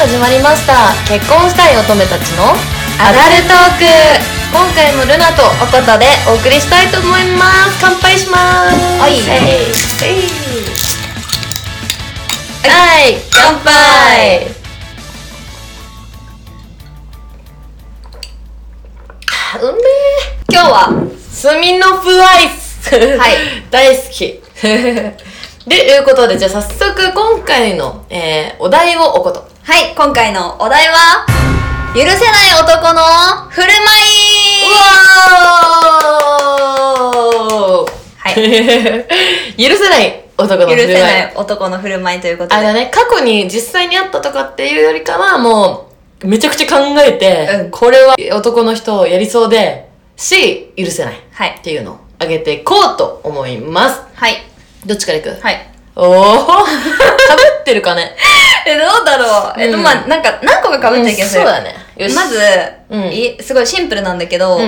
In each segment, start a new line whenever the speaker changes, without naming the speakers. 始まりました結婚したい乙女たちのアダルトーク今回もルナとおことでお送りしたいと思います乾杯します
はい
はい乾杯うんめー今日は
スミノフアイス
はい
大好 きで、いうことで、じゃあ早速今回の、えー、お題をおこと。
はい今回のお題は許せない男の振る舞いう
わー
はい
許せない男の
許
振る舞い
せない男の振る舞いということ
あれだ
で。
ね、過去に実際にあったとかっていうよりかは、もう、めちゃくちゃ考えて、
うん
これは男の人をやりそうで、し、許せないっ
はい。
ていうのをあげていこうと思います。
はい。
どっちからいく
はい。
おーかぶってるかね
え、どうだろうえっと、
うん
まあ、なんか、何個か被っちゃいけない
そうだね。よし。
まず、
うん
いすごいシンプルなんだけど、
う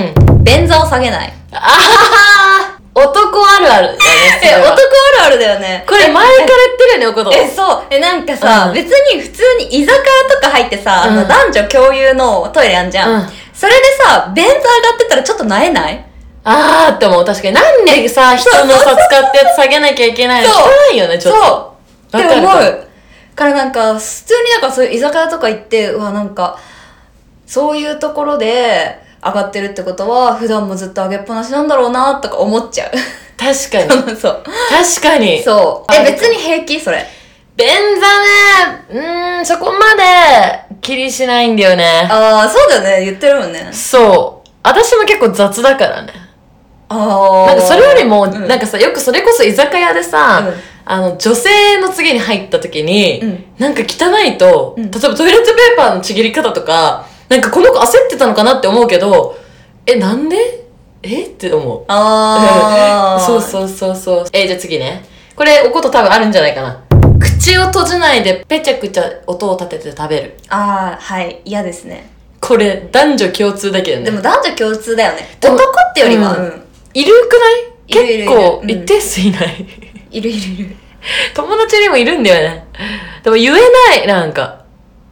便座を下げない。
あはは男あるあるだね。そ
え、
れ
男あ
は
るあるだよね。
これ前から言ってるよね、おこと。
え、そう。え、なんかさ、
うん
別に普通に居酒屋とか入ってさ、あ
う
の
ん
男女共有のトイレあんじゃん。
うん
それでさ、便座上がってたらちょっとなえない
あーって思う。確かに。なんでさ、人のさ、使ってやつ下げなきゃいけないの
そう
汚いよね、ちょっと。
そうって思
わかる
う。からなんか、普通になんかそういう居酒屋とか行って、うわ、なんか、そういうところで上がってるってことは、普段もずっと上げっぱなしなんだろうな、とか思っちゃう。
確かに。
そう。
確かに。
そう。
あ
え、
る
別に平気それ。
便座ね、うーん、そこまで、気にしないんだよね。
ああ、そうだよね。言ってるもんね。
そう。私も結構雑だからね。
ああ。
なんかそれよりも、
うん
なんかさ、よくそれこそ居酒屋でさ、
うん
あの、女性の次に入った時に、
うん
なんか汚いと、
うん
例えばトイレットペーパーのちぎり方とか、なんかこの子焦ってたのかなって思うけど、え、なんでえって思う。
ああ。
そうそうそうそう。えじゃあ次ね。これ、おこと多分あるんじゃないかな。口を閉じないでぺちゃくちゃ音を立てて食べる。
ああ、はい。嫌ですね。
これ、男女共通だけどね。
でも男女共通だよね。
でも
男ってよりは、
うん
うん
いるく
いる
ない
るいる
結構、
うん
一定数いない。
いるいるいる。
友達にもいるんだよね。でも言えない、なんか。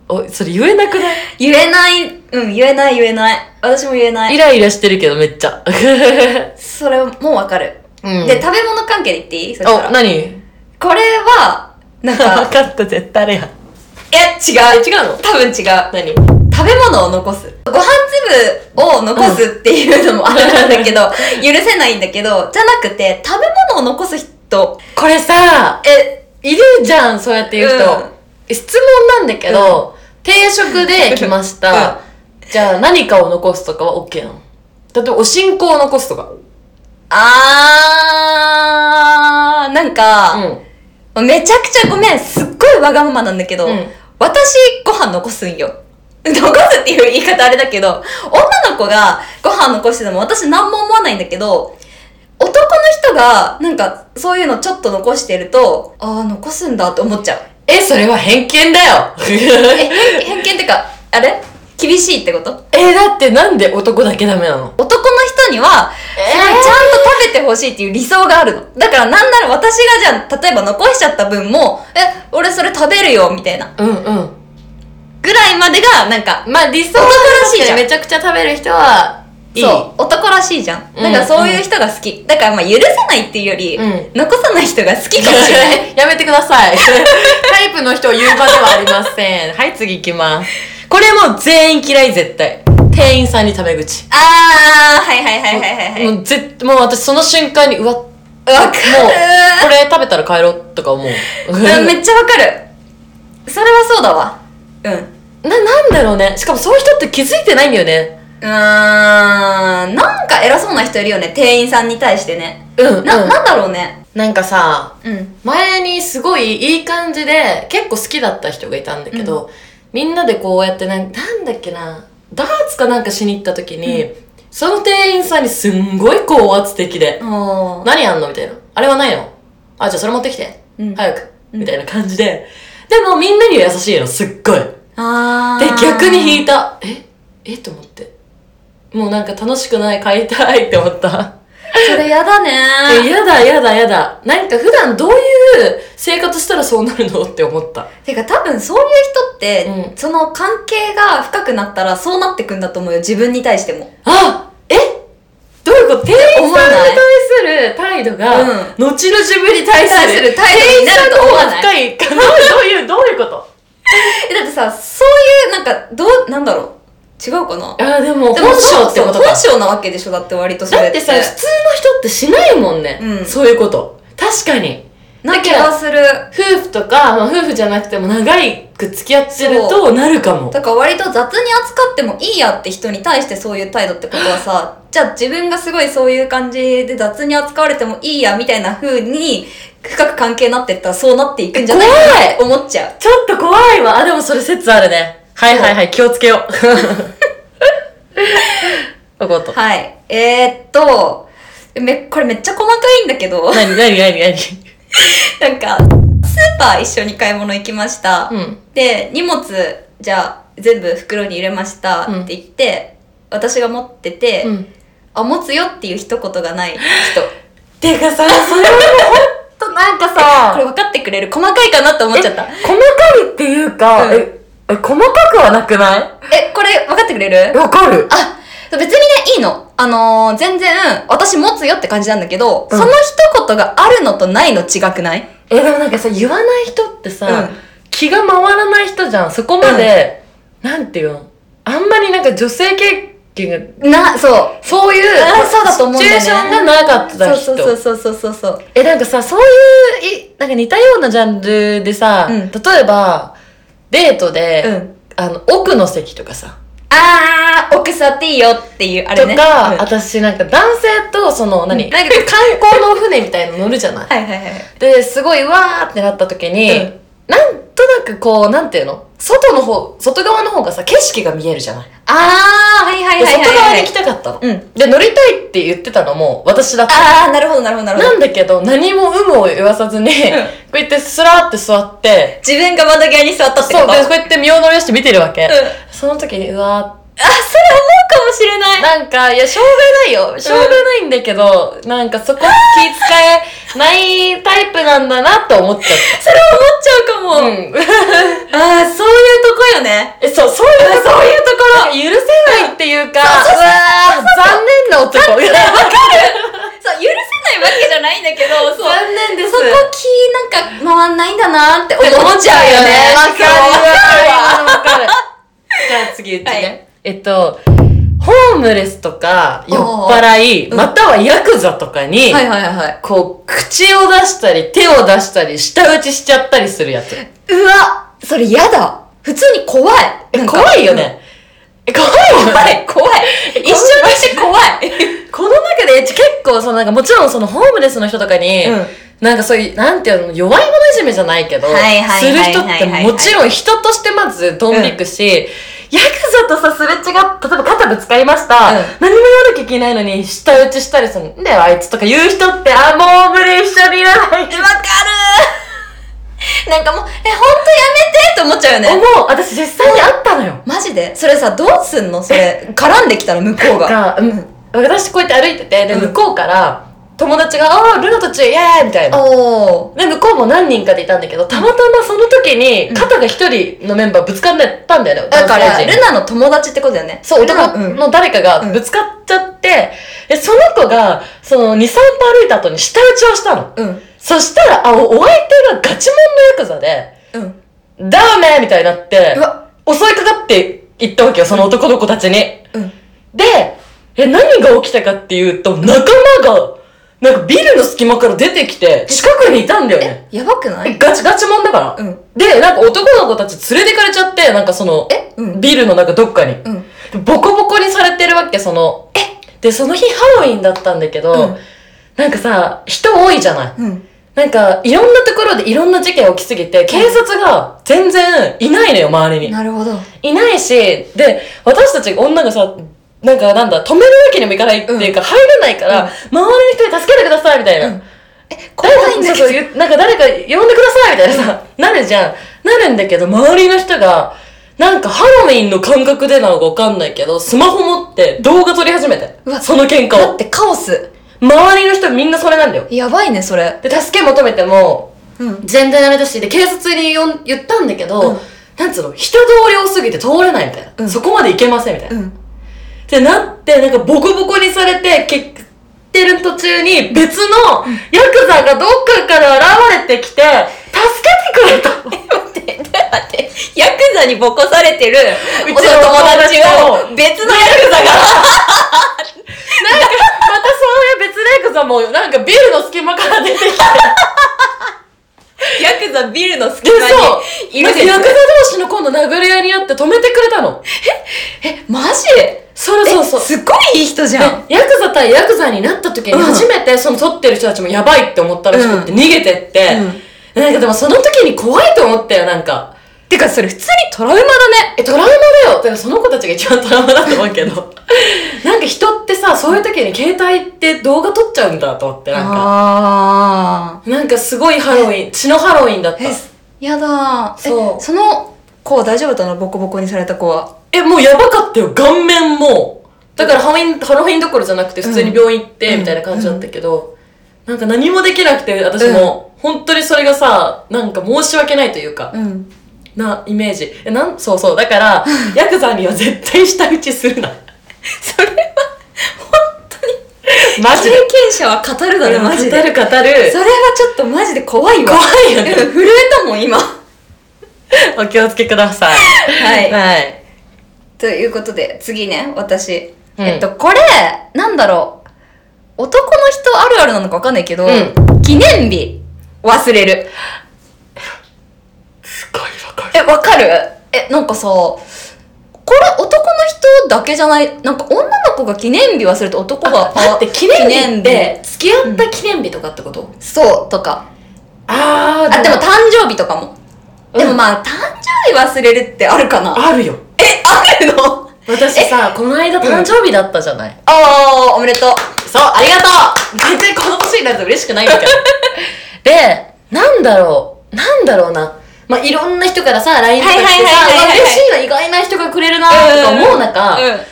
お、それ言えなくない
言えない、うん、言えない言えない。私も言えな
イ
い。
ライラしてるけどめっち ゃ。
それもわかる。
うん
で、食べ物関係で言っていいそした
お、
ら。
何
これは、なん
分
か、
かった、絶対あれや。
いや、違う。
違うの
多分違う。
何
食べ物を残す。ご飯粒を残すっていうのもあれなんだ けど、許せないんだけど、じゃなくて、食べ物を残す人、
これさ、
え、
いるじゃん、そうやって言う人。
うん
質問なんだけど、定食で来ました。
うん
じゃあ何かを残すとかは OK なの例えばお進行を残すとか。
あー、なんか、
う
めちゃくちゃごめん、すっごいわがままなんだけど、
うん
私、ご飯残すんよ。 残すっていう言い方あれだけど、 女の子がご飯残してても私何も思わないんだけど、男の人が、なんか、そういうのちょっと残してると、ああ、残すんだって思っちゃう。
え、それは偏見だ よ
え、偏偏見ってか、あれ厳しいってこと
え、だってなんで男だけダメなの
男の人には、
え
それをちゃんと食べてほしいっていう理想があるの。だからなんなら私がじゃあ、例えば残しちゃった分も、え、俺それ食べるよ、みたいな。
うんうん。
ぐらいまでが、なんか、
まあ理想
男
は
らしいじゃん
めちゃくちゃ食べる人はいい。
そう、男らしいじゃん。
うん
だからそういう人が好き。だからまあ許せないっていうより、
うん
残さない人が好きかもしれない。
やめてください。タイプの人を言う場ではありません。はい、次行きます。これもう全員嫌い、絶対。店員さんにタメ口。
あー、はいはいはいはいはいはい。
もうぜもう私その瞬間に、うわ、もう、
わか
これ食べたら帰ろうとか思う。
るうんめっちゃわかる。それはそうだわ。うん。
な、なんだろうね。しかもそういう人って気づいてないんだよね。
うーん、なんか偉そうな人いるよね、店員さんに対してね。
うん
な、
うん
なんだろうね。
なんかさ、
うん。
前にすごいいい感じで結構好きだった人がいたんだけど、みんなでこうやってなんなんだっけなダーツかなんかしに行った時に、その店員さんにすんごい高圧的で「
おー。
何やんの?」みたいな「あれはないのあじゃあそれ持ってきて、
うん
早く」
うん
みたいな感じででもみんなには優しいのすっごいで
あー。
逆に引いたええと思ってもうなんか楽しくない買いたいって思った
それやだ
え、
ね
やだやだやだ。なんか普段どういう生活したらそうなるのって思った。
てか多分そういう人って、
う
その関係が深くなったらそうなってくんだと思うよ。自分に対しても。
あえどういうこと店員
思
さ
わ
んに
ない
対する態度が、
うん
後の自分に対
対
す
す
る
る態度になると思わない
深いかなどういう、どういうこと
え、だってさ、そういう、なんか、どう、なんだろう。違うかな
あ、でも
でも
本性ってこと
そう
か
本。性なわけでしょだって割とそれ
だってさ、普通の人ってしないもんね。
うん
そういうこと。確かに。
な
だ
気
け
が
ど、
する。
夫婦とか、まあ、夫婦じゃなくても長いく付き合ってるとなるかも。
だから割と雑に扱ってもいいやって人に対してそういう態度ってことはさ、じゃあ自分がすごいそういう感じで雑に扱われてもいいやみたいな風に深く関係になってったらそうなっていくんじゃないかって思っちゃう。
ちょっと怖いわ。あ、でもそれ説あるね。はいはいはい、気をつけ よう。わかった。
はい。えー、っと、め、これめっちゃ細かいんだけど、
なになになになに
なんか、スーパー一緒に買い物行きました。
うん。
で、荷物、じゃあ、全部袋に入れました
うん
って言って、私が持ってて、
うん。
あ、持つよっていう一言がない人。
てかさ、それはもうほん となんかさ
これ分かってくれる細かいかなって思っちゃった。
細かいっていうか、
うん
え、え、細かくはなくない
え、これ分かってくれる
わかる。
あ、別にね、いいの。あのー全然、私持つよって感じなんだけど、
うん
その一言があるのとないの違くない
え、でもなんかさ、言わない人ってさ、
うん
気が回らない人じゃん。そこまで、なんていうのあんまりなんか女性経験が、
な、そう。
そういう、
あーそうだと思うんだよね
シチュエーションがなかった人。
そうそうそうそうそうそう。
え、なんかさ、そういう、いなんか似たようなジャンルでさ、
うん
例えば、デートで、
うん。
あの、奥の席とかさ、
あー、奥座っていいよっていう、あれ
と
ね。
か、
うんはい
私なんか男性と、その、何、
うん
なんか観光の船みたいの乗るじゃない
はいはい。
で、すごいわーってなった時に、
うん
なんとなくこう、なんていうの外の方、外側の方がさ、景色が見えるじゃない
あー、はいはい
で
はいはい、はい。
外側に来たかったの。
うん。
で、乗りたいって言ってたのも、私だったの
あー、なるほどなるほどなるほど。
なんだけど、何も有無を言わさずに、
ん
こうやってスラーって座って、
自分が窓際に座ったってこ
そう、
と
で、こうやって身を乗り出して見てるわけ。
うん
その時に、うわ
あ、それ思うかもしれな
ー
い。
なんか、いや、しょうがないよ。しょうがないんだけど、なんかそこ気遣えないタイプなんだなって思っちゃっ
それ思っちゃう
た。
かも。
ん。
あー、そういうとこよね。
え、そう、そういう、
そういうところ。
許せないっていうか、うわ
そうそうそう
ー残念な男。
そう、許せないわけじゃないんだけど、そう。
残念です
そこ気なんか回んないんだなーって思っちゃうよね。
わかるわかるわかる。じゃあ次、うちね。
はい
えっと、ホームレスとか、酔っ払い、
うん
またはヤクザとかに、
はいはいはいはい。
こう、口を出したり、手を出したり、舌打ちしちゃったりするやつ。
うわ、それ嫌だ。普通に怖い。なんか
怖いよ。ね。え怖いよ
怖
ね。
い、 怖い。一緒にして怖い。
この中で結構、そのなんかもちろんそのホームレスの人とかに、
うん
なんかそういう、なんていうの、弱い者いじめじゃないけど、
はいはいはい
する人っ
はい
て
はいはい
もちろん人としてまずドン引くし、ヤクザとさ、すれ違っ例えば肩ぶつかりました。
うん
何も言わなきゃいけないのに、舌打ちしたりするんだよ、あいつとか言う人って、あ、もう無理、一緒にいらない。
わかる なんかもう、え、ほんとやめてって思っちゃう
思
よね。
う、私実際にあったのよ。
マジでそれさ、どうすんのそ れ、絡んできたら向こうが。
が、うん、私こうやって歩いてて、で、
うん
向こうから、友達が、ああ、ルナとチュイエーイみたいな。
おー。
で、向こうも何人かでいたんだけど、たまたまその時に、肩が一人のメンバーぶつかんでたんだよね、
だか
男
ら、
性陣
ルナの友達ってことだよね。
そう、
ルナ
男の誰かがぶつかっちゃって、で、その子が、その、2、3歩歩いた後に舌打ちをしたの。
うん。うん。
そしたら、あ、おお相手がガチモンのヤクザで、
うん。
ダメみたいになって
う、わ、
襲いかかっていったわけよ、その男の子たちに。
うん。
で、え、何が起きたかっていうと、仲間が、なんかビルの隙間から出てきて、近くにいたんだよね。
やばくない
ガチガチもんだから。
うん。
で、なんか男の子たち連れてかれちゃって、なんかその、
えうん。
ビルのなんかどっかに。
うん。
ボコボコにされてるわけ、その。で、その日ハロウィンだったんだけど、
うん
なんかさ、人多いじゃない。
うん。
なんか、いろんなところでいろんな事件起きすぎて、警察が全然いないのよ、周りに。
なるほど。
いないし、で、私たち女がさ、なんかなんだ、止めるわけにもいかないっていうか、入れないから、
うん
周りの人に助けてくださいみたいな。
うん怖
誰か
いんだけ
そう
ど。
そうなんか誰か呼んでくださいみたいなさ、なるじゃん。なるんだけど、周りの人が、なんかハロウィンの感覚でなのかわかんないけど、スマホ持って動画撮り始めて
うわ。
その喧嘩
だ
を。
ってカオス。
周りの人みんなそれなんだよ。
やばいね、それ。
で、助け求めても、
うん。
全然あれだし、で、警察によん言ったんだけど、
うん
なんつうの、人通り多すぎて通れないみたいな。
うん
そこまで行けませんみたいな。
うん。
ってなって、なんかボコボコにされて、蹴ってる途中に別のヤクザがどっかから現れてきて、助けてくれと。
待って、待って、ヤクザにボコされてる、う
ち
ち
の
の友達を、別のヤクザが、
なんか、またそういう別のヤクザも、なんかビルの隙間から出て きて、
ヤクザビルの隙
で、
間
そう、
にいるです
ヤクザ同士の今度殴り合いにあって止めてくれたの。
え、マジ
そうそうそう
え。すごいいい人じ
で
ゃん。
ヤクザ対ヤクザになった時に
うん
初めてその撮ってる人たちもやばいって思ったらしくって逃げてって、なんかでもその時に怖いと思ったよ、なんか。
てか、それ普通にトラウマだね。
え、トラウマだよだからその子たちが一番トラウマだと思うけ ど。なんか人ってさ、そういう時に携帯って動画撮っちゃうんだと思って、なんか。
あ
なんかすごいハロウィン、血のハロウィンだった。
ー。やだー。
そう
えその子大丈夫だったのボコボコにされた子は。
え、もうやばかったよ、顔面もう。だからハロウィン、ハロウィンどころじゃなくて、普通に病院行って、
うん
みたいな感じだったけど、なんか何もできなくて、私も、本当にそれがさ、なんか申し訳ないというか、
うん。
な、イメージ。え、なん、そうそう。だ から、ヤクザには絶対下打ちするな。
それは、
マ
経
ジで。
験者は語るだね、マジで。
語る語る
そ。れはちょっとマジで怖いわ。
怖いよね
うん 震えたもん、今。は
お気をつけください。
い。
はい。
ということで、次ね、私。
うん
えっと、これ、なんだろう。男の人あるあるなのかわかんないけど、
う
記念日、忘れる。
すごいわかる。
え、わかるえ、なんかさ、これ男の人だけじゃない、なんか女の子が記念日忘れて男が、
だって記念日っ
記念
て、付き合った記念日とかってこと、
そう、とか。
あ
あ、でも誕生日とかも。でも
うん
まあ、誕生日忘れるってあるかな
あるよ。
え、あるの
私さ、この間誕生日だったじゃない。
あー、おめでとう。
そう、ありがとう全然この年になると嬉しくないんだ から。で、なんだろう、なんだろうな。まあ、いろんな人からさ、LINE とか来てさ、
はいはいはいはいはいう
わ嬉しいな、意外な人がくれるな、とか思う中、おめ
うん
えが言わね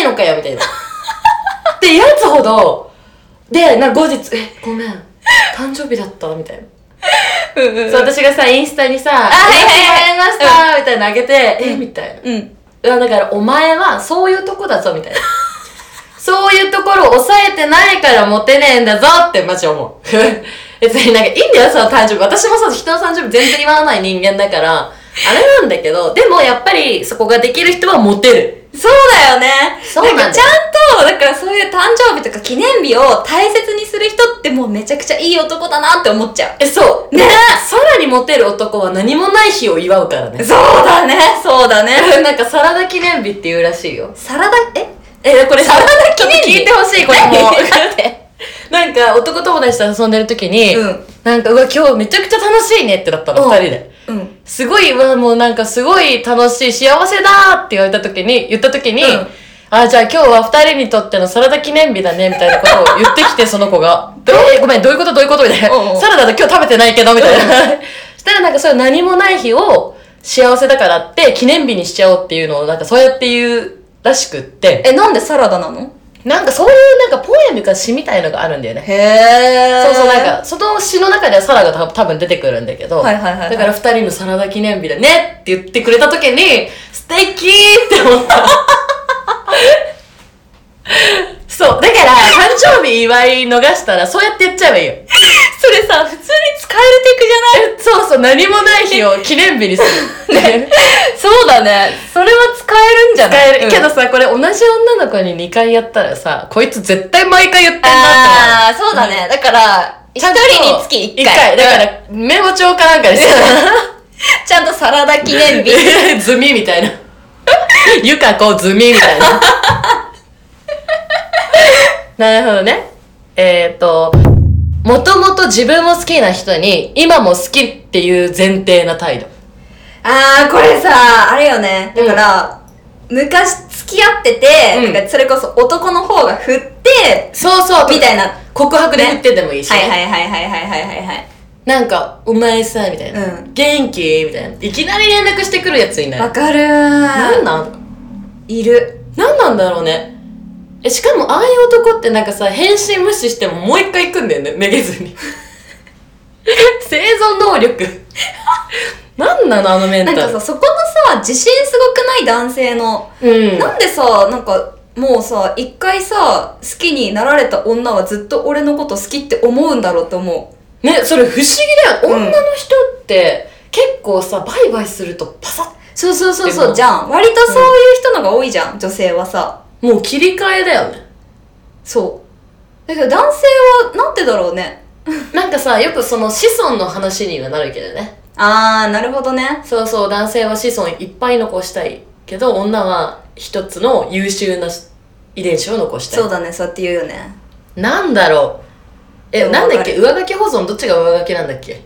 えのかよ、み たいな。で、やつほど、で、なんか後日、え、ごめん、誕生日だった、みたいな。
うんうん
そう、私がさ、インスタにさ、あ
はい
り
はい
がとうございました、みたいなのあげて、え、みたいな。
うん。
いやだからお前はそういうとこだぞみたいな そういうところを抑えてないからモテねえんだぞってマジ思う 別になんかいいんだよその誕生日私もさ人の誕生日全然言わない人間だからあれなんだけどでもやっぱりそこができる人はモテる
そうだよね。
そうなんだよ
かちゃんと、だからそういう誕生日とか記念日を大切にする人ってもうめちゃくちゃいい男だなって思っちゃう。
えそう
ね
ねさらにモテる男は何もない日を祝うからね
そうだね、そうだね。
なんかサラダ記念日っていうらしいよ
サラダ、え
えこれ
サラダ記念
ちょっと聞い
日
てほしいこれも
待って。
なんか男友達と遊んでる時に、
うん
なんかうわ今日めちゃくちゃ楽しいねってなったの、
うん
二人で。
うん。
すごい、うわもうなんかすごい楽しい、幸せだーって言われた時に、言った時に、
うん
あ、じゃあ今日は二人にとってのサラダ記念日だね、みたいなことを言ってきて、その子 が。どうえごめん、どういうことどういうことみたいな
うんう。ん
サラダだ今日食べてないけど、みたいな。 したらなんかそういう何もない日を幸せだからって記念日にしちゃおうっていうのを、なんかそうやって言うらしくって、
え、なんでサラダなの
なんかそういうなんかポエムか詩みたいのがあるんだよね。
へえ。
そうそう、なんか、その詩の中ではサラがた多分出てくるんだけど、
はいはいはいはい
だから二人のサラダ記念日だねって言ってくれた時に、素敵って思 った。そう、だから、誕生日祝い逃したら、そうやって言っちゃえばいいよ。
それさ、普通に使えるテクじゃない
えそうそう、何もない日を記念日にす る。ね、
そうだね。それは使えるんじゃな
使
い
える。けど
うん
さ、これ同じ女の子に2回やったらさ、こいつ絶対毎回言ってんなって思う。
あー、そうだね。だから、一
ちゃ
人
んと
につき一回。
一だから、メモ帳かなんかにさ、
ちゃんとサラダ記念日。
ズミみたい な。ゆかこズミみたいな。なるほどね。えっ、ー、と、もともと自分も好きな人に、今も好きっていう前提な態度。
あー、これさ、あれよね。
うん
だから、昔付き合ってて、
うん
なんかそれこそ男の方が振って、
そうそう
みたいな。は
告白で言ってでもいい
い
し、
はいはいはいはいはいはいはい。
なんか、お前さ、みたいな。
うん
元気みたいな。いきなり連絡してくるやついない。
わかるー。
なんなん
いる。
なんなんだろうね。え、しかもああいう男ってなんかさ、返信無視してももう一回行くんだよね、めげず に。生存能 力。なんなの、あのメンタ
なん
ル。
かさ、そこのさ、自信すごくない男性の、
うん。
なんでさ、なんか、もうさ、一回さ、好きになられた女はずっと俺のこと好きって思うんだろうと思
ね、それ不思議だよ。
うん
女の人って、結構さ、バイバイするとパサ
う。そうそうそう
で
そ
も
う、じゃん。割とそういう人のが多いじゃん、女性はさ。
ッ、もう切り替えだよね。
そう。だけど男性は、なんてだろうね。
なんかさ、よくその子孫の話にはなるけどね。
あー、なるほどね。
そうそう、男性は子孫いっぱい残したいけど、女は一つの優秀な遺伝子を残したい。
そうだね、そうやって言うよね。
なんだろう。
で
え、
も
なんだっけ上書き保存どっちが上書きなんだっけ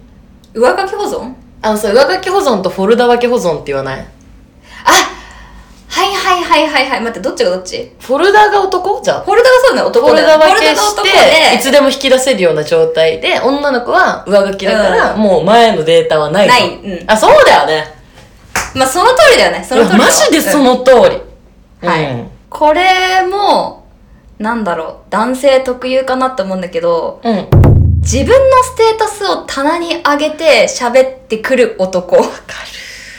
上書き保存
あのさ、上書き保存とフォルダ分け保存って言わない
はいはいはいはいはい。待って、どっちがどっち
フォルダが男じゃあ。
フォルダがそうだね、
フ
男
ォル
だよ
ダ
ね。
分け
フォルダが
し
男
て、い
で、
つでも引き出せるような状態で、女の子は上書きだから、
う
もう前のデータはないと。
ない。うん。
あ、そうだよね。
まあ、その通りだよね。その通りだ
いや
わ。
マジでそ
うん
の通り。
はい
うん
これも、なんだろう、男性特有かなと思うんだけど、
うん。
自分のステータスを棚に上げて喋ってくる男。
わ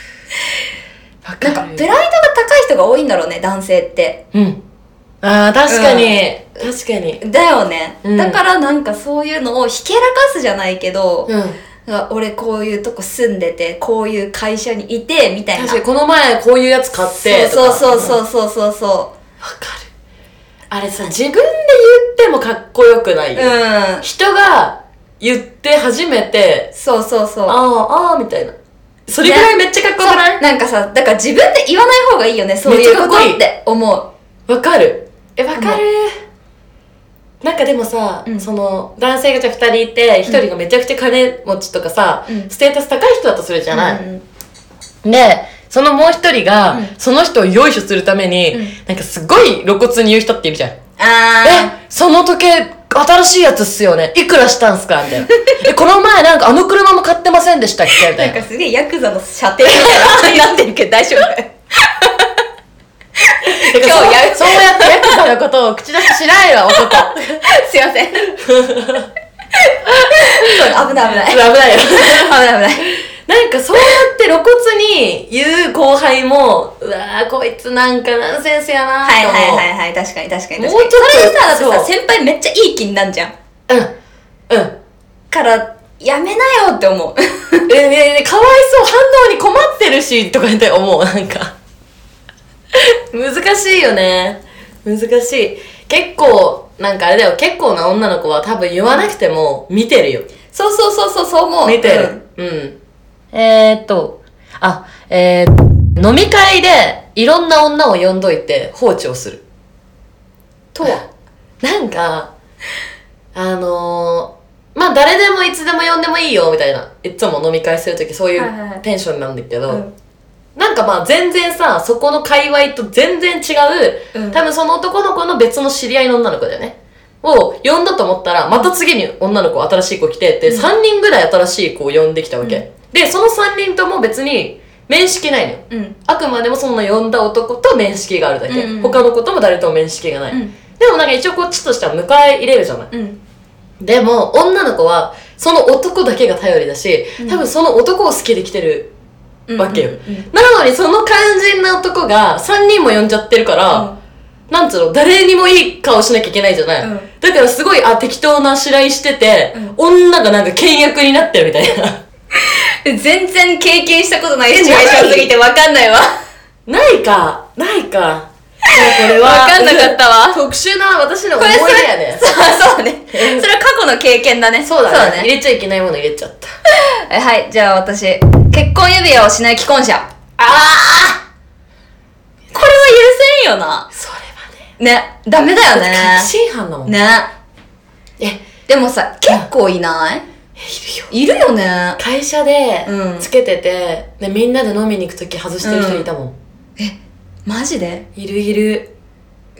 なんか、プライドが高い人が多いんだろうね、男性って。
うん。ああ、確かに。確かに。
だよね。
うん
だからなんかそういうのをひけらかすじゃないけど、
うん。
なんか俺こういうとこ住んでて、こういう会社にいて、みたい
確
な。
かに、この前こういうやつ買って。
そうそう
う。
そうそうそうそ。
わかる。あれさ、自分で言ってもかっこよくないう
う
よ。
ん。
人が言って初めて、
そうそうそう。
ああ、ああ、みたいな。それぐらいめっちゃかっこよくない
なんかさ、だから自分で言わない方がいいよね、そういうこと
めっちゃかっこいい
って思う。
わかる。え、わかる。なんかでもさ、
うん
その、男性がじゃあ二人いて、一人がめちゃくちゃ金持ちとかさ、
うん
ステータス高い人だとするじゃない、
うん
で、そのもう一人が、
うん
その人をよいしょするために、
うん
なんかすごい露骨に言う人っているじゃん。
あ
え、その時計、新しいやつっすよね。いくらしたんすかみた いな。え、この前なんかあの車も買ってませんでしたっけみ
ー
た
なん
い
か
な。
すげえヤクザの射程みたいななってるけど大丈夫 今日やる
そうそうやってヤクザのことを口出ししないわ、 男。
すいませんそう危ない危 ない
危ないよ。
危ない危ない
なんかそうやって露骨に言う後輩も、うわーこいつなんかナンセンスやな
はい
ーと思う。
はいはいはい確かに確かに確かに
もうちょっと
それでさだって
そう
さ先輩めっちゃいい気になんじゃん
うん。うん。
からやめなよって思う
えええかわいそう反応に困ってるしとかって思うなんか 難しいよね難しい結構なんかあれだよ結構な女の子は多分言わなくても見てるよ
そうそうそうそうそう思う
見てるうん、えー、っとあえー、飲み会でいろんな女を呼んどいて放置をする
とは
なんかあのー、まあ誰でもいつでも呼んでもいいよみたいないつも飲み会する時そうい
はいはいは
う
い
テンションなんだけど、
うん
なんかまあ全然さ、そこの界隈と全然違う、
うん
多分その男の子の別の知り合いの女の子だよね。を呼んだと思ったら、また次に女の子新しい子来てって、
うん
3人ぐらい新しい子を呼んできたわけ。
うん
で、その3人とも別に面識ないのよ。
うん
あくまでもその呼んだ男と面識があるだけ。
うんうん
他の子とも誰とも面識がない。
うん
でもなんか一応こっちとしては迎え入れるじゃない。
うん
でも、女の子は、その男だけが頼りだし、
うん
多分その男を好きで来てる
うん
わけよ
うんうん
なのにその肝心な男が3人も呼んじゃってるから、なんつうの、誰にもいい顔しなきゃいけないじゃない。
うん
だからすごい、あ、適当なあしらいしてて、
うん
女がなんか倹約になってるみたいな。
うん全然経験したことない
え
シチュエーションすぎてわかんないわ
ないか、ないか。いやこれは。
わかんなかったわ
特殊な私の
こ
思い
れ
出
それ
やね。
そうそうね。それは過去の経験だね。
そうだね入れちゃいけないもの入れちゃった。
えはい、じゃあ私。結婚指輪をしない既婚者。ああこれは許せんよな。
それ
ね、ダメだよね。
確信犯なもん。
ね。
え、い
でもさ、結構いな
る
い
よ。
いるよね。
会社で
うん、
つけてて、で、みんなで飲みに行くとき外してる人いたもん。
マジで
いるいる。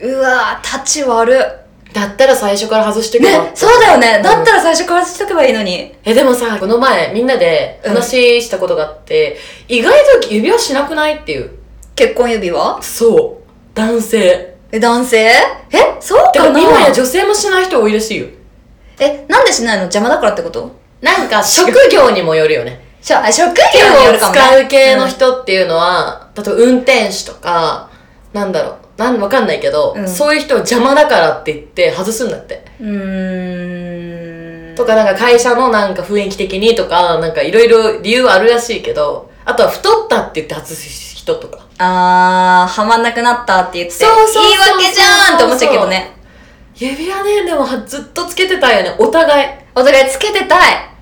うわぁ、立ち悪っ。
だったら最初から外してくれば
ね、そうだよね。だったら最初からしとけばいいのに。
え、でもさ、この前みんなで話したことがあって、意外と指輪しなくないっていう。
結婚指輪
そう。男性。
え、男性え、そう
て
か
か
な
今や女性もしない人多いらしいよ
え、なんでしないの邪魔だからってこと
なんか職業にもよるよね
しょあ 職
手
業によ
を
るかも、
使う系の
人
人っていうのは、例えば運転手とかなんだろうなんわかんないけど、
うん
そういう人を邪魔だからって言って外すんだって、
うーん。
とかなんか会社のなんか雰囲気的にとかなんかいろいろ理由はあるらしいけどあとは太ったって言って外す人とか
あー、はまんなくなったって言って。
そうそうそうそう
言い訳じゃんって思っちゃうけどね。
指輪ねでもはずっとつけてたよねお互い
お互いつけてたい。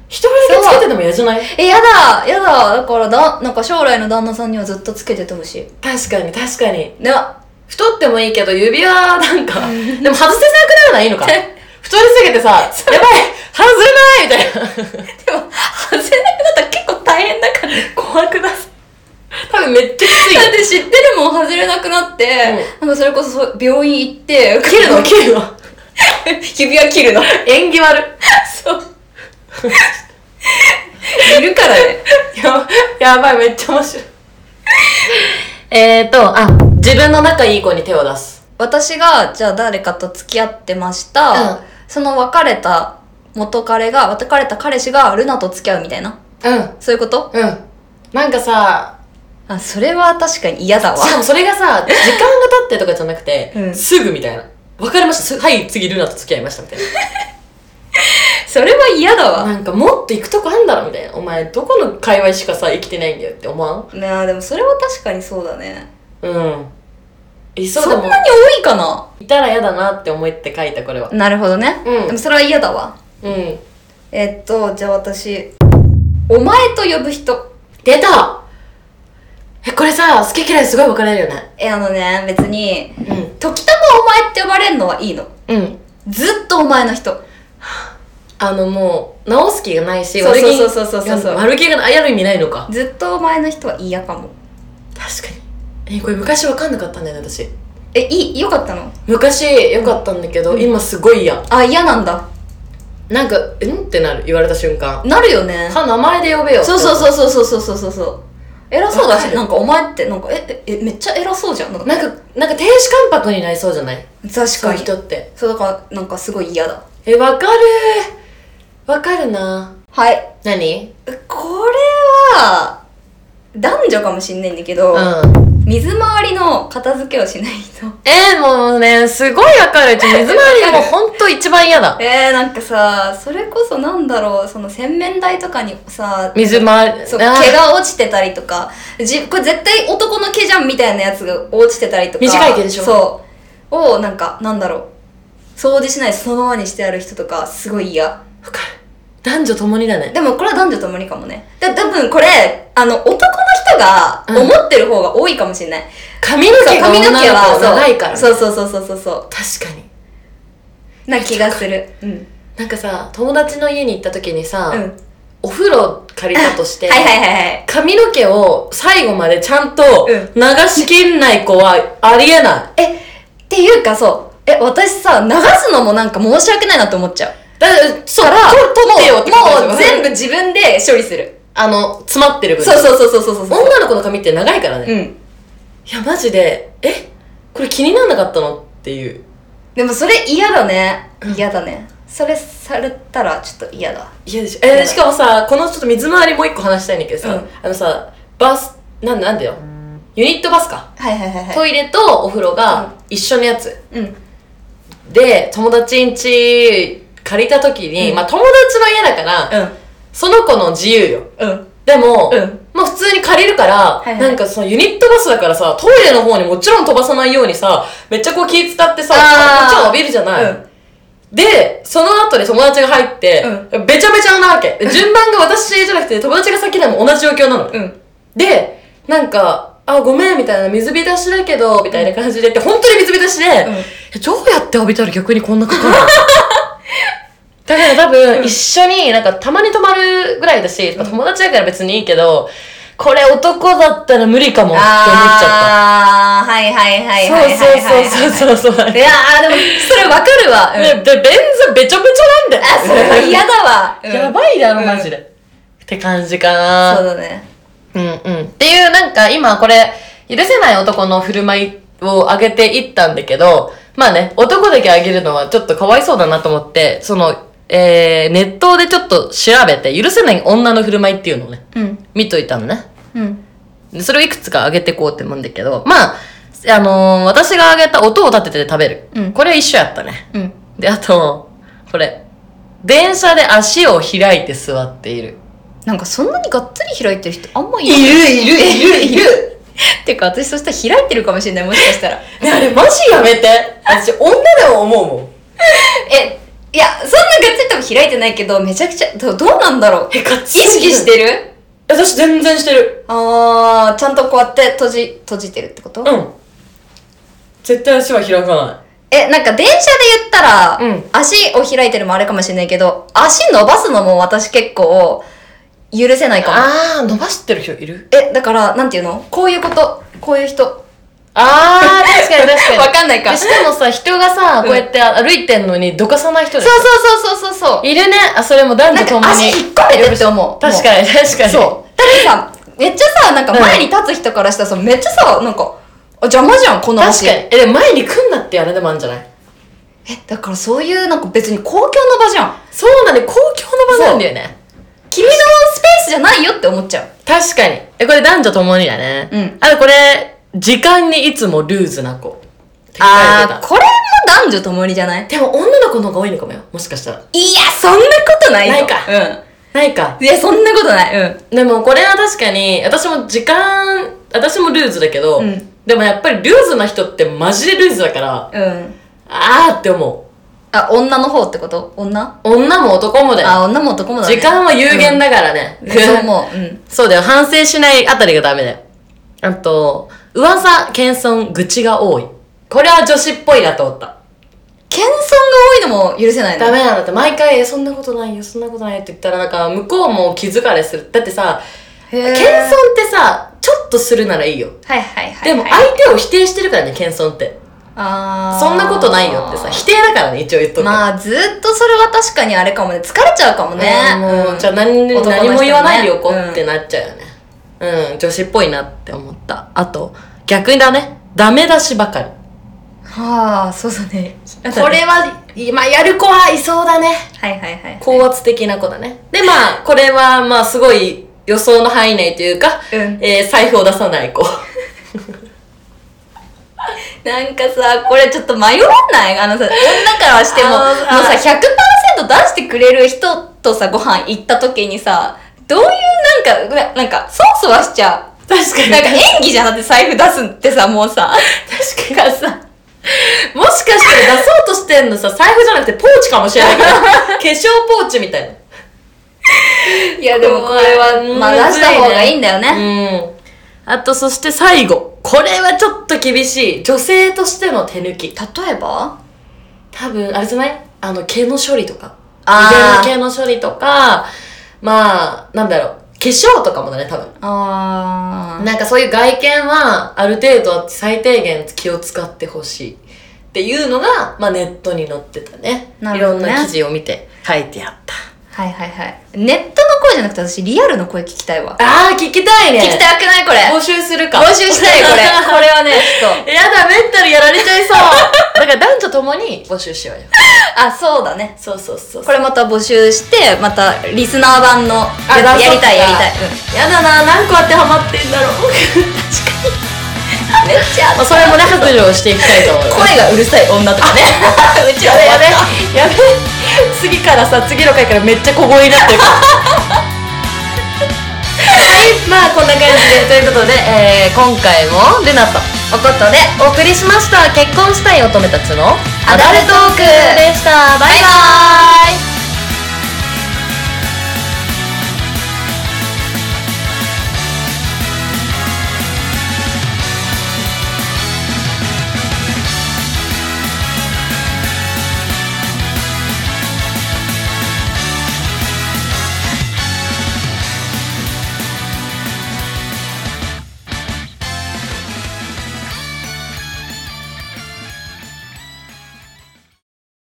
一人だけつけてても嫌じゃない
え、やだ、やだ。だからだ、なんか将来の旦那さんにはずっとつけててほしい。
確かに確かに
では、
太ってもいいけど指輪なんかでも外せなくなるのはいいのか太りすぎてさやばい外れないみたいな
でも、外れなくなったら結構大変だから、怖くなっ
多分めっちゃきついよ
だって知ってるもん外れなくなって、なんかそれこそそう病院行って、
切るの切るの
指輪切 るの。
縁起悪
そう。いるからね。
ややばいめっちゃ面白いえーとあ自分の仲いい子に手を出す
私が、じゃあ誰かと付き合ってました。
うん
その別れた元彼が、別れた彼氏がルナと付き合うみたいな。
うんうん
そういうこと
なんかさ
あ、それは確かに嫌だわ。
しかもそれがさ時間が経ってとかじゃなくて、
うん
すぐみたいな別れましたすはい次ルナと付き合いましたみたい
それは嫌だ
な
わ。
なんかもっと行くとこあんだろみたいなお前どこの界隈しかさ生きてないんだよって思わん
いやでもそれは確かにそうだね。
うんい
そ
そうんで
な
も
に多いかない
たら嫌だなって思いって書いたこれは
なるほどね。
うん
でもそれは嫌だわ。
うん
えっと、じゃあ私、お前と呼ぶ人。
出たえこれさ好き嫌いすごい分かれるよね
え、あのね、別に、
うん
時たまお前って呼ばれるのはいいの。
うん
ずっとお前の人。
あのもう直す気がないし
そうそう
悪
そうそうそう
気
そうそう
悪気があやる意味ないのか
ずっとお前の人は嫌かも。
確かにえこれ昔分かんなかったんだよね私
え、いい、よかったの
昔良かったんだけど、
うん
今すごい嫌
あ、嫌なんだ。
なんか「うん?」ってなる言われた瞬間
なるよね。
か名前で呼べよ
そうそうそううそうそうそうそうそう。偉そう
わ
だ
か
し、
る
なんかお前って、なんか、え、え、えめっちゃ偉そうじゃん。なんか、
なんかなんか亭主関白になりそうじゃない
確
そう
か
いう
に。
人って
そう、だから、なんかすごい嫌だ。
え分かる分かるな
はい。
何
これは男女かもしんないんだけど、
うん
水回りの片付けをしない人
えー、もうねすごい分 かるうち水回りがもうほんと一番嫌だ
えー、なんかさそれこそなんだろうその洗面台とかにさ
水回り
そう毛
あー
が落ちてたりとかじこれ絶対男の毛じゃんみたいなやつが落ちてたりとか
短い毛でしょ
そうをなんかなんだろう掃除しないでそのままにしてある人とかすごい嫌
わかる男女共にだね
でもこれは男女ともにかもねだ多分これあの男の人が
うん
思ってる方が多いかもしれない、
髪の毛が
髪の毛
女
は
の子は長いから
そうそうそうそうそうそ
確かに
うな気がするうん、
なんかさ友達の家に行った時にさ、
うん、
お風呂借りたとして、
はいはいはいはい
髪の毛を最後までちゃんと
うん
流しきんない子はありえない。
っていうかそうえ私さ流すのもなんか申し訳ないなと思っちゃう
だから、そう、
から
取ってよってこと
もうもう全部自分で処理する
あの、詰まってる分。
そうそうそうそうそうそうそう
女の子の髪って長いからね。い
うん
や、マジで、えこれ気になんなかったのっていう。
でもそれ嫌だね
うん
嫌だねそれされたらちょっと嫌だ
嫌でしょ。
嫌
え
だ
ー、しかもさ、このちょっと水回りもう一個話したいんだけどさ、
うん
あのさ、バス、なんなんだよ。ユニットバスか。
はいはいはい
トイレとお風呂が一緒のやつ。
いうん
で、友達ん家借りた時に、
うん
まあ友達の家だから、その子の自由よ。
うんうん
でも、
うん
まあ普通に借りるから、
いはい
なんかそのユニットバスだからさ、トイレの方にもちろん飛ばさないようにさ、めっちゃこう気使ってさ、
あー
こっちを浴びるじゃない、
うん
で、その後に友達が入って、べちゃべちゃなわけ。で順番が私じゃなくて友達が先でも同じ状況なの。
うん
で、なんか、あ、ごめんみたいな、水浸しだけど、みたいな感じでって、本当に水浸しで、えどうやって浴びたら逆にこんなかか るのだから多分、一緒に、なんかたまに泊まるぐらいだし、まあ友達だから別にいいけど、これ男だったら無理かもって思っちゃっ
ああーはいはい
た。
はいはいはいはいはい
そうそうそうそうそう。
いやーでもそれわかるわ、う
で、
ん、
で、便座べちょべちょなんだよ。
あそれは嫌だわ、う ん
やばいだろ、
うん
マジで。って感じか
そう
な
だね
うんうん。っていう、なんか今これ、許せない男の振る舞いを上げていったんだけど、まあね、男だけ上げるのはちょっとかわいそうだなと思って、その、えー、ネットでちょっと調べて、許せない女の振る舞いっていうのをね、
うん。
見といたのね。
うん。
でそれをいくつか上げてこうって思うんだけど、まあ、あのー私が上げた音を立てて食べる。
うん
これは一緒やったね。
うん。
で、あと、これ。電車で足を開いて座っている。
なんかそんなにがっつり開いてる人あんまい
いるいるいるい
る てか私そしたら開いてるかもしれないもしかしたら。
ね、あれマジやめて。私、女でも思うもん。
え、いや、そんながっつり多分開いてないけど、めちゃくちゃ、どどうなんだろう
え、かっ
意識してる
私全然してる。
あー、ちゃんとこうやって閉じ、閉じてるってこと、
うん。絶対足は開かな
え、なんか電車で言ったら、
うん
足を開いてるのもあれかもしれないけど、足伸ばすのも私結構許せないかも。
あー、伸ばしてる人いる
え、だから、なんていうのこういうこと。こういう人。わ
あー、 確かに確かに。
かんないか。
で
そ
し
う
てもさ、人がさ、こうやって歩いてんのにどかさない人でしょ
そうそうそうそうそう。
いるね。あ、それも男女
なん
とも
か足
に。
引っ込めてるって思う。
確かに、確か
に
に。
そう。だってさ、めっちゃさ、なんか前に立つ人からしたらさ、めっちゃさ、なんか、あ邪魔じゃん、この
確
足。
かに。え、でも前に来んなってあれでもあるんじゃない
え、だからそういう、なんか別に公共の場じゃん。
そうなんで、公共の場なんだよね。
君のスペースじゃないよって思っちゃう。
確かに。え、これ男女ともにだね。
うん
あとこれ、時間にいつもルーズな子。
ーこれも男女共にじゃない
ー。でも女の子の方が多いのかもよ。もしかしたら。
いや、そんなことないよ。
ないか
う
ないか。
ん。いや、そんなことない。うん。
でもこれは確かに、私も時間、私もルーズだけど、
うん
でもやっぱりルーズな人ってマジでルーズだから、
うん。
あーって思う。
あ、女の方ってこと女
女も男もだよ。
あ、女も男もだね。
時間は有限だからね。
うん。そう思う。うん。
そうだよ、反省しないあたりがダメだよ。あと、噂、謙遜、愚痴が多い。これは女子っぽいなと思った。
謙遜が多いのも許せないの
ダメなんだって、毎回、え、そんなことないよ、そんなことないよって言ったら、なんか、向こうも気づかれする。だってさ、
謙
謙遜ってさ、ちょっとするならいいよ。
はいはいはい。
でも、相
あ
手を否定してるからね、謙遜って。
あー
そんなことないよってさ、否定だからね、一応言っとく。
まあ、ずっとそれは確かにあれかもね。疲れちゃうかもね。
ね、もう、じゃあ何
男の人ね
何も言わないでよこ
うん
ってなっちゃうよね。うん、女子っぽいなって思った。あと、逆にだね、ダメ出しばかり。
はあ、そうだね。
これは、今やる子はいそうだね。
はいはいはい。
高圧的な子だね。で、まあ、これは、まあ、すごい予想の範囲内というか、
うん
えー財布を出さない子。
なんかさ、これちょっと迷わないあのさ、女からしても、もう
あー
さ、100%出してくれる人とさ、ご飯行った時にさ、どういうなんか、ななんか、そわそわしちゃう。
確かに
なんか演技じゃなくて財布出すってさ、もうさ、
確かにさ、もしかして出そうとしてんのさ、財布じゃなくてポーチかもしれないけど、化粧ポーチみたいな。
いやでもこれは、まあ出した方がいいんだよね。
うん。あと、そして最後。これはちょっと厳しい。女性としての手抜き。
例えば
多分、あれじゃないあの、毛の処理とか。
あー
遺伝の毛の処理とか、まあ、なんだろう。化粧とかもだね、多分。
あ
なんかそういう外見は、ある程度最低限気を使ってほしい。っていうのが、まあネットに載ってたね。
ないるほ
ろ
ど
ん
ね
な記事を見て書いてあった。
はいはいはい。ネットの声じゃなくて私、リアルの声聞きたいわ。
あー、聞きたいね。
聞きたくないこれ。
募集するか。
募集した いこれ。これはね、ちょっと。
やだ、メンタルやられちゃい そう。だから男女ともに募集しようよ。
あ、そうだね。
そうそうそう。
これまた募集して、またリスナー版のやつやりたいやりたい。うん
やだな、何個当てはまってんだろう。
めっちゃ
まあ、それもね、白状していきたいと思います。
声がうるさい女とか ね。うちはね、やべ。
やべ、次からさ、次の回からめっちゃ小声になってるから。はい、まあこんな感じで、ということで、えー今回も、ルナと、おことでお送りしました。結婚したい乙女たちの、
アダルトーク
でした。バイバイ